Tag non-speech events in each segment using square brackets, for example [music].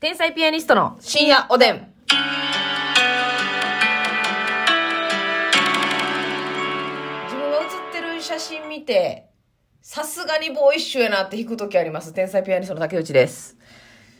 天才ピアニストの深夜おでん。自分が写ってる写真見て、さすがにボーイッシュやなって弾くときあります。天才ピアニストの竹内です。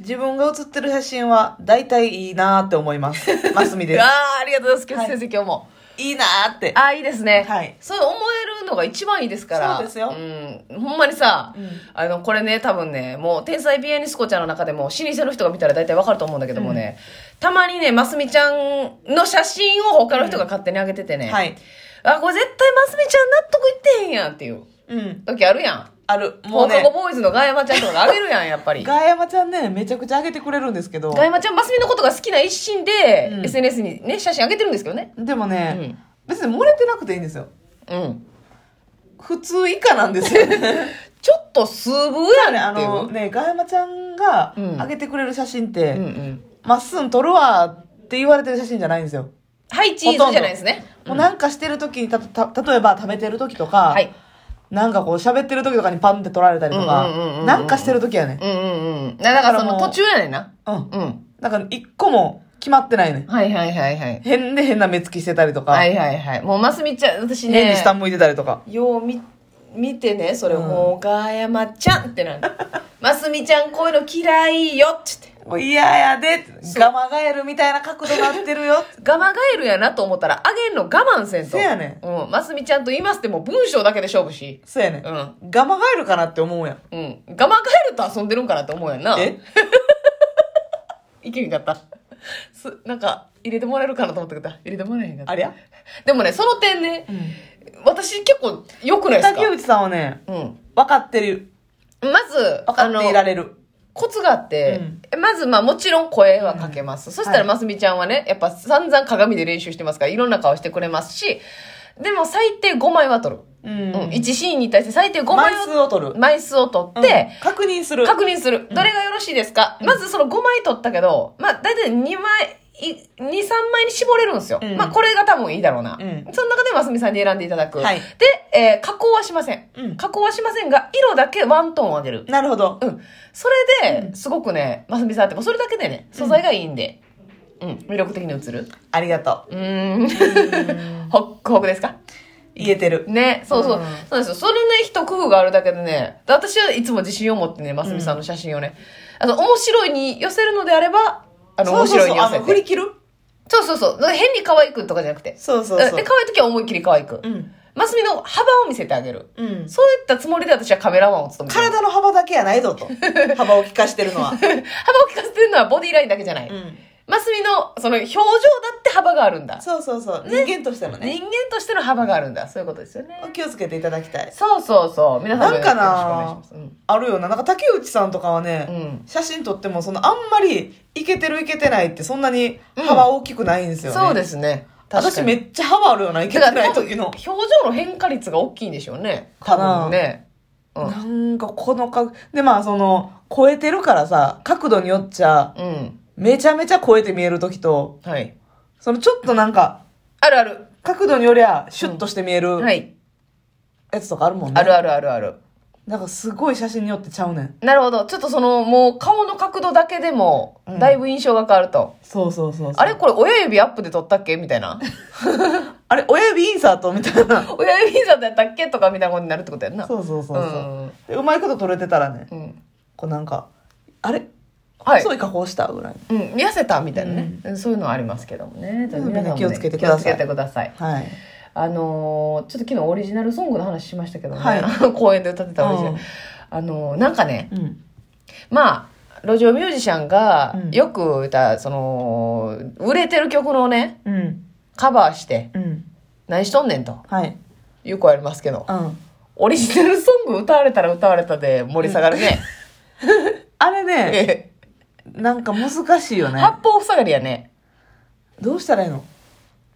自分が写ってる写真は大体いいなーって思います。 [laughs] マスミであす。あ、ありがとうございます。今日はい先生、今日も。いいなーって。ああ、いいですね。はいそう思えるのが一番いいですから。そうですようん。ほんまにさ、うんあの、これね、多分ね、もう、天才ピアニスコちゃんの中でも、老舗の人が見たら大体わかると思うんだけどもね、たまにね、ますみちゃんの写真を他の人が勝手に上げててね、はい。あ、これ絶対ますみちゃん納得いってへんやんっていううん。時あるやん。ある。も放う課ね後、ボーイズのガヤマちゃんとかが上げるやん、やっぱり。 [laughs] ガヤマちゃんね、めちゃくちゃ上げてくれるんですけどガ、ヤマちゃん、ますみのことが好きな一心で、うん SNS にね、写真上げてるんですけどね。でもうね、ん。別に漏れてなくていいんですよ。うん。普通以下なんで [laughs] すよね。ちょっと数分やあんっていう。のね、ガヤマちゃんがうん上げてくれる写真っうんうて、ん。まっすん撮るわーって言われてる写真じゃないんですよ。はい、チーズじゃないですね。もうなんかしてる時に、たと、た、例えば食べてる時とか、はい。なんかこう喋ってる時とかにパンって撮られたりとうんうんうんうんうか、んなんかしてる時やねん。うんうんうん。だからそのだからもう途中やねんな。うん。うん。なんか一個も決まってないねん。はいはいはいはい。変で変な目つきしてたりとか、はいはいはい。もう、ますみちゃん、私ね。変に下向いてたりとか。よう見見てねそれ、うんもうガヤマちゃんってなるますみちゃんこういうの嫌いよっつってもう嫌やで、ガマガエルみたいな角度になってる [laughs] よ。ガマガエルやなと思ったらあげんの我慢せんとせやねうん、ますみちゃんと言いますってもう文章だけで勝負しそうやねんう。んガマガエルかなって思うやん。うんガマガエルと遊んでるんかなって思うやんなえいけへんかったすなんか入れてもらえるかなと思ったけど入れてもらえへんかったありゃでもねその点ねう、ん。私結構よくないですか竹内さんはね、うん分かってる。まず分かっていられる。コツがあって、まずまあもちろん声はかけます。そしたらはいますみちゃんはね、やっぱ散々鏡で練習してますから、いろんな顔してくれますし、でも最低5枚は取る。ううんん。1シーンに対して最低5枚枚は数を取る。枚数を取って、うん確認す [laughs] る。確認する。どれがよろしいですか、まずその5枚取ったけど、まあ大体2枚、2、3枚に絞れるんですよ。うんまあこれが多分いいだろうな。うんその中でますみさんに選んでいただく。はいで、えー加工はしません,、うん加工はしませんが、色だけワントーン上げる。なるほど。うん。それで、すごくね、ますみさんって、もうそれだけでね、素材がいいんで、うん、魅力的に映る。ありがとうーん。ホックホクですかう。言えてる。ね、そうそう。うんそうですよ。それね、一工夫があるだけでね、私はいつも自信を持ってね、ますみさんの写真をね、あの、面白いに寄せるのであれば、あの、そ面うそう白いそにう。あ寄せの、振りて。切るそうそうそう。だから変に可愛くとかじゃなくて。そうそうだそかうらで、。可愛い時は思いっきり可愛くう。ん。ますみの幅を見せてあげる。うん。そういったつもりで私はカメラマンを務めてる。体の幅だけやないぞと。幅を利かしてる [laughs] のは。幅を利かせてるのはボディラインだけじゃない。うん。マスミのその表情だって幅があるんだ。そうそうそう。人間としてのね。人間としての幅があるんだ。そういうことですよね。気をつけていただきたい。そうそうそう。皆さんもなんかなよろしくお願いしあるよな。なんか竹内さんとかはまね、す。うん。うん写真撮っても、そのあんまり、いけてるいけてないって、そんなに幅大きくないんですよね。そうす。ですね。確か私にめっちゃ幅あるよな、いけてない時の表。情の変化率が大きいんでしょうね。かな多分ね。うん。うなんかこのか、でまあその、超えてるからさ、角度によっちゃ、ん。めちゃめちゃ超えて見える時と、はい。そのちょっとなんか、あるある。角度によりゃ、シュッとして見えるはい。やつとかあるもんね。あるあるあるある。なんかすごい写真によってちゃうねん。なるほど。ちょっとその、もう顔の角度だけでも、うんだいぶ印象が変わると。そうそうそうそう。あれこれ親指アップで撮ったっけみたいな。 [laughs] あれ、親指インサートみたいな。親指だったっけとかみたいなことになるってことやんな。そうそうそうそうう、んでうまいこと撮れてたらね、うん。こうなんか、あれ、はい。細い加工したぐらい。うん、痩せたみたいなね、うんそういうのはありますけどもね。うん皆さんもね気をつけてください気をつけてください。はい。あのーちょっと昨日オリジナルソングの話しましたけどね、はいあの [laughs] 公演で歌ってたオリジナル。うんあのーなんかね、うん。まあ、路上ミュージシャンがうんよく歌う、その、売れてる曲のね、うん。カバーして、うん。何しとんねんとはい。いう声ありますけど、うん。オリジナルソング歌われたら歌われたで盛り下がるね。あ [laughs] れね、えなんか難しいよえね。八方塞がりやね。どうしたらいいの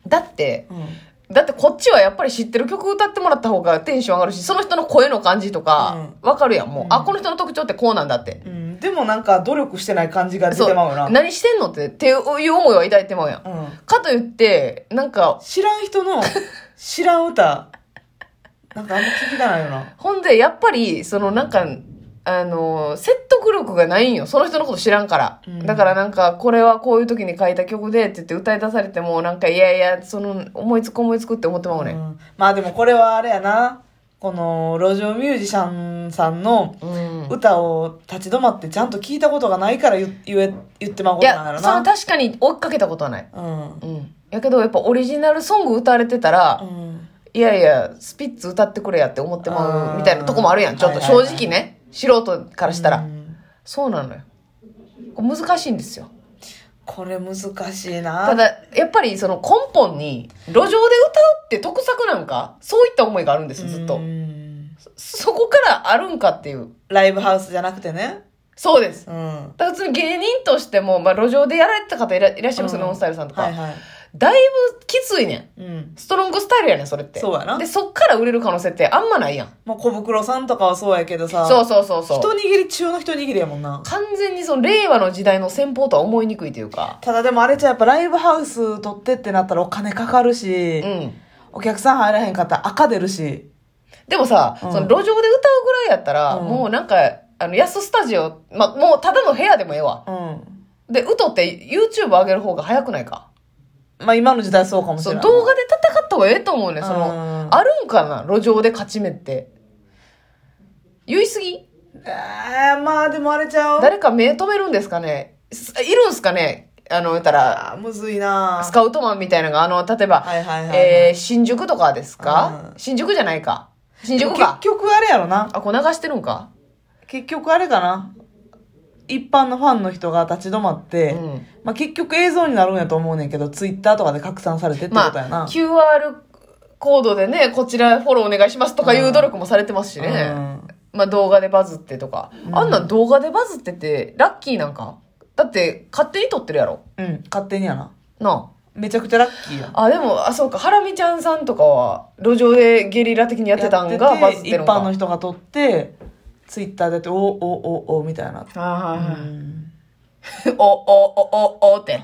だって、うん。だってこっちはやっぱり知ってる曲歌ってもらった方がテンション上がるし、その人の声の感じとか、わかるやん、もう、うんあ、この人の特徴ってこうなんだって。うん。でもなんか努力してない感じが出てまうよな。何してんのって、っていう思いは抱いてまうやん。うん。かといって、なんか、知らん人 [laughs] の、知らん歌、なんかあんま聞きたないよな。ほんで、やっぱり、そのなんか、あの、説得力がないんよ。その人のこと知らんから。うんだからなんか、これはこういう時に書いた曲でって言って歌い出されても、なんか、いやいや、その、思いつく思いつくって思ってまうね。うんんまあでもこれはあれやな。この、路上ミュージシャンさんのうん。歌を立ち止まってちゃんと聞いたことがないから言う言え、言ってまうこいとなんだやろ、うそのな。確かに追っかけたことはない。うんうん。やけど、やっぱオリジナルソング歌われてたら、うん。いやいや、スピッツ歌ってくれやって思ってまあうーみたいなとこもあるやん。ちょっとはいはい正はい直ね、素人からしたら。うんそうなのよ。これ難しいんですよ。これ難しいな。ただ、やっぱりその根本に、路上で歌うって得策なんか、そういった思いがあるんですよ、ずっうと。んそこからあるんかっていう。ライブハウスじゃなくてね。そうです。うん。だから普通に芸人としても、まあ路上でやられてた方いらいらっしゃいますよ、うんノンスタイルさんとか。はいはい。だいぶきついねん。うん。ストロングスタイルやねん、それって。そうやなで、そっから売れる可能性ってあんまないやん。まあ小袋さんとかはそうやけどさ。そうそうそうそう。一握り中の一握りやもんな。完全にその令和の時代の戦法とは思いにくいというか。ただでもあれじゃやっぱライブハウス取ってってなったらお金かかるし、うん。お客さん入らへんかったら赤出るし。でもさ、うんその路上で歌うぐらいやったら、うんもうなんか、あの、安スタジオ、ま、もうただの部屋でもええわ。うん。で、歌って YouTube 上げる方が早くないか。まあ今の時代そうかもしそれう、ない。動画で戦った方がええと思うね。そうんの、あるんかな路上で勝ち目って。言い過ぎえー、まあでもあれちゃう。誰か目止めるんですかねすいるんすかねあの、言ったら、あーむずいなスカウトマンみたいなのが、あの、例えば、はいはいはいはいえー新宿とかですかうん新宿じゃないか。新結宿か。局あれやろな。あ、こう流してるんか結局あれかな。一般のファンの人が立ち止まって、うんまあ結局映像になるんやと思うねんけど、ツイッターとかで拡散されてってこまとやな。あ、QR コードでね、こちらフォローお願いしますとかいう努力もされてますしうね。んまあ動画でバズってとか。あんなん動画でバズってて、ラッキーなんか。だって、勝手に撮ってるやろ。うん、勝手にやな。なめちゃくちゃラッキーやん。あ。あ、でも、あ、そうか、ハラミちゃんさんとかは、路上でゲリラ的にやってたんやがててバズってるのか。一般の人が撮って、ツイッターでやって、おおおおみたいな。あうーんお、お、お、お、おって。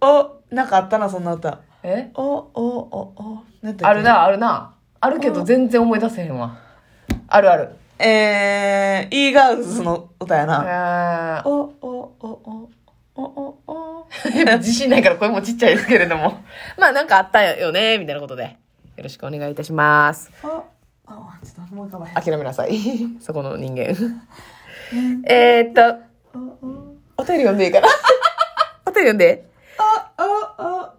お、なんかあったな、そんな歌。えお、お、お、お。なんだっけある。な、あるな。あるけど全然思い出せへんわ。あるある。えー、e ガールズの歌やな。あお、お、お、お、お、お、お。ー [laughs] 自信ないから声もちっちゃいですけれども。 [laughs] まあなんかあったよね、みたいなことで。よろしくお願いいたします。あ、 [laughs] あ、ちょっともう一回諦めなさい。 [laughs] そこの人間。えーっと、お、お、お便り読んでいいかな [laughs] お便り読んで。お、お、お。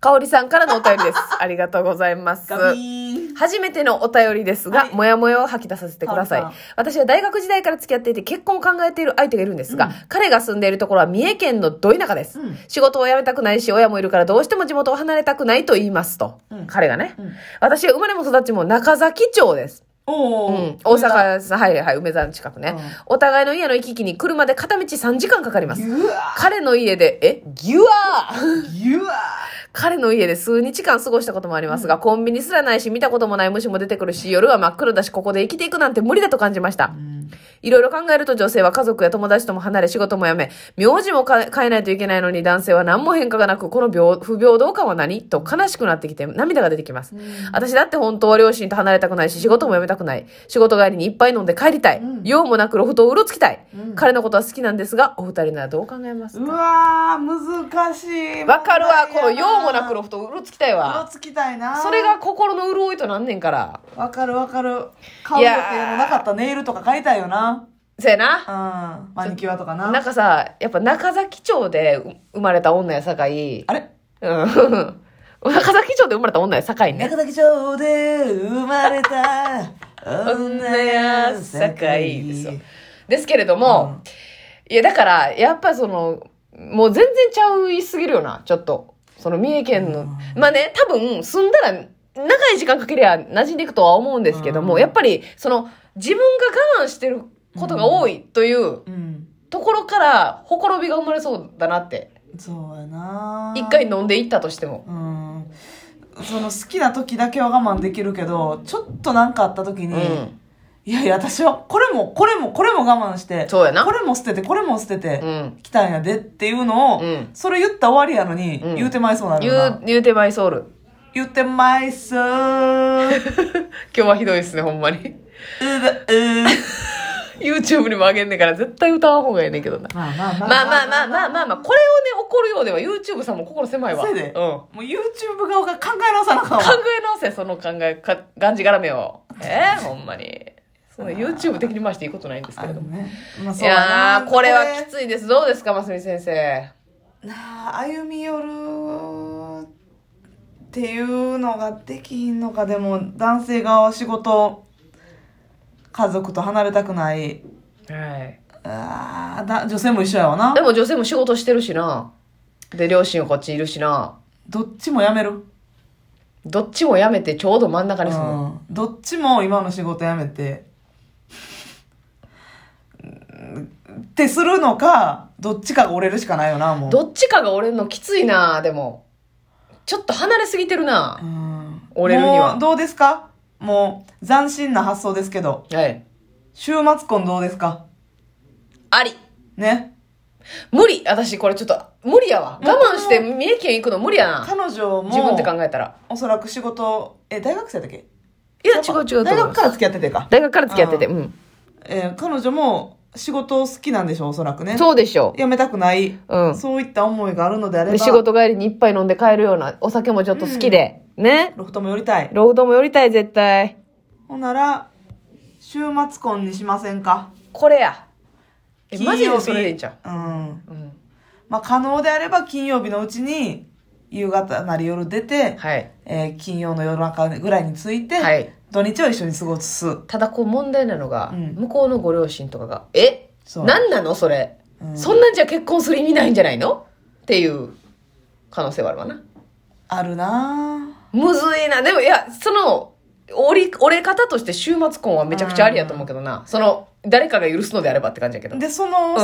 かおりさんからのお便り [laughs] です。ありがとうございます。ガビーン。初めてのお便りですが、もやもやを吐き出させてくださいかおりさ。私は大学時代から付き合っていて結婚を考えている相手がいるんですが、彼が住んでいるところは三重県のど田舎です。うん仕事を辞めたくないし、親もいるからどうしても地元を離れたくないと言いますと。うん彼がね、うん私は生まれも育ちも中崎町です。おうーん、大。阪です、はいはい、梅沢の近くね、うんお互いの家の行き来に車で片道3時間かかります。うわ彼の家で、えギュアーうわ [laughs] 彼の家で数日間過ごしたこともありますが、コンビニすらないし、見たこともない虫も出てくるし、夜は真っ黒だし、ここで生きていくなんて無理だと感じました。いろいろ考えると女性は家族や友達とも離れ、仕事も辞め、名字もか変えないといけないのに、男性は何も変化がなく、この病不平等感は何と悲しくなってきて、涙が出てきます。私だって本当は両親と離れたくないし、仕事も辞めたくない。仕事帰りにいっぱい飲んで帰りたい。用もなくロフトをうろつきたい。彼のことは好きなんですが、お二人ならどう考えますうわー難しい。わかるわ、この用もなくうロフトをうろつきたいわ。ろつきたいな。それが。心の潤いとなんねんから。わかるわかる。い買う予やー定のなかったネイルとか買いたいよな。せやな。うん。マニキュアとかな。なんかさ、やっぱ中崎町でう生まれた女やさかい。あれうん。 [laughs] 中崎町で生まれた女やさかいね。中崎町で生まれた女やさかい。ですよ。ですけれども、いやだから、やっぱその、もう全然ちゃういすぎるよな、ちょっと。その三重県の。まあね、多分住んだら長い時間かけりゃ馴染んでいくとは思うんですけども、うんやっぱりその自分が我慢してることが多いという、うん。ところから、ほころびが生まれそうだなって。そうやな。一回。飲んでいったとしても。うん。その好きな時だけは我慢できるけど、ちょっとなんかあった時うに、ん。いやいや、私は、これも、これも、これも我慢して、そうやなこ。れも捨てて、これも捨ててう、ん。来たんやでっていうのを、うんそれ言ったら終わりやのに、うん言うてまいそうなる言なう、言うてマイソウル。言うてまいそう。今日はひどいですね、ほんまに。う YouTube にもあげんねんから、絶対歌わん方がええねんけどな。まあまあまあ [laughs] まあまあまあまあまあまあ、これをね、怒るようでは YouTube さんも心狭いわ。そうやでん。考もう YouTube 側が考え直さなあかんえわ直せ、その考え、か、がんじがらめを。ええほんまに。その YouTube 的にましていいことないんですあけれでどもも。ねまいあそうやー、これはきつついです。どうですか、ますみ先生。なあ歩み寄るっていうのができひんのかでも男性側は仕事家族と離れたくないはい。あーだ女性も一緒やわなでも女性も仕事してるしな。で、両親はこっちいるしな。どっちもやめるどっちもやめてちょうど真ん中に住む。うんどっちも今の仕事辞めて、うんってするのか、どっちかが折れるしかないよな、もう。どっちかが折れんのきついな、でも。ちょっと離れすぎてるなう。ん折れるにはもうどうですかもう、斬新な発想ですけど、はい。週末婚どうですかあり。ね。無理私これちょっと、無理やわ。我慢して三重県行くの無理やな。彼女も、自分で考えたら。おそらく仕事、え、大学生だっけいや、違う違う。大学から付き合っててか。大学から付き合ってて。うん。えー彼女も仕事好きなんでしょ、おそらくね。そうでしょ辞めたくない、うんそういった思いがあるのであれう。ば、で仕事帰りに一杯飲んで帰るようなお酒もちょっと好きで。ね。ロフトも寄りたい。ロードも寄りたい、絶対。ほんなら、週末婚にしませんかこれや。え、金マ曜ジ日でそれでいいんちゃうん。ううん。まあ、可能であれば金曜日のうちに、夕方なり夜出て、はい。えー金曜の夜中ぐらいに着いて、はい土日を一緒に過ごす。ただこう問題なのが、うん向こうのご両親とかが、えそう何なのそれ、うんそんなんじゃ結婚する意味ないんじゃないのっていう可能性はあるわな。あるなむずいな。でもいや、その、折り、折れ方として週末婚はめちゃくちゃありやと思うけどな。その、誰かが許すのであればって感じやけどぁ。。で、その、うん